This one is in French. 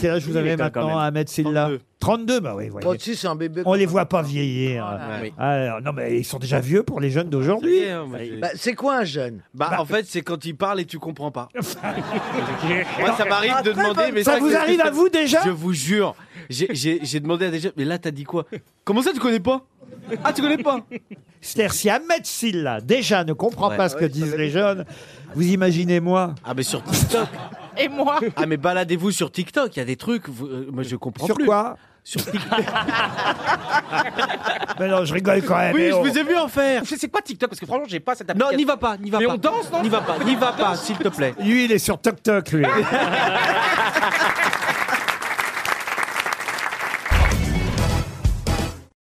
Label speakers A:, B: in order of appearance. A: quel âge vous
B: Il est
A: avez
B: quand
A: maintenant,
B: même.
A: Ahmed Silla 32. bah oui. voyez.
C: Bon, tu sais, c'est un bébé.
A: On les voit pas vieillir.
C: Ah, oui.
A: Alors, non, mais ils sont déjà vieux pour les
B: Ah,
A: jeunes d'aujourd'hui.
C: Bah, c'est quoi un jeune
B: Bah, en fait, c'est quand il parle et tu comprends pas. Moi, ça
A: Ah,
B: m'arrive de demander, mais
A: Ça vous
B: qu'est-ce que
A: arrive
B: ça-
A: à vous, déjà
B: Je vous jure. J'ai- J'ai j'ai demandé à des gens, mais là, t'as dit quoi Comment ça, tu connais pas Ah, tu connais pas
A: C'est-à-dire, si Ahmed Silla, déjà, ne comprend
B: Ouais.
A: pas ce que disent les jeunes, vous imaginez moi
B: Ah, mais sur TikTok.
D: Et moi
B: Ah, mais baladez-vous sur TikTok. Il y a des trucs, vous- euh, moi, je comprends
A: Sur
B: plus.
A: quoi Ah,
B: Sur TikTok.
A: Mais non, je rigole quand même.
B: Oui,
A: mais
B: je
A: oh.
B: vous ai vu en faire.
D: C'est c'est quoi TikTok Parce que franchement, j'ai pas cette
B: Non,
D: application.
B: n'y va pas, n'y va
D: Mais
B: pas.
D: on danse, non
B: N'y va pas, n'y va pas, s'il te plaît.
A: Lui, il est sur Tok Tok, lui.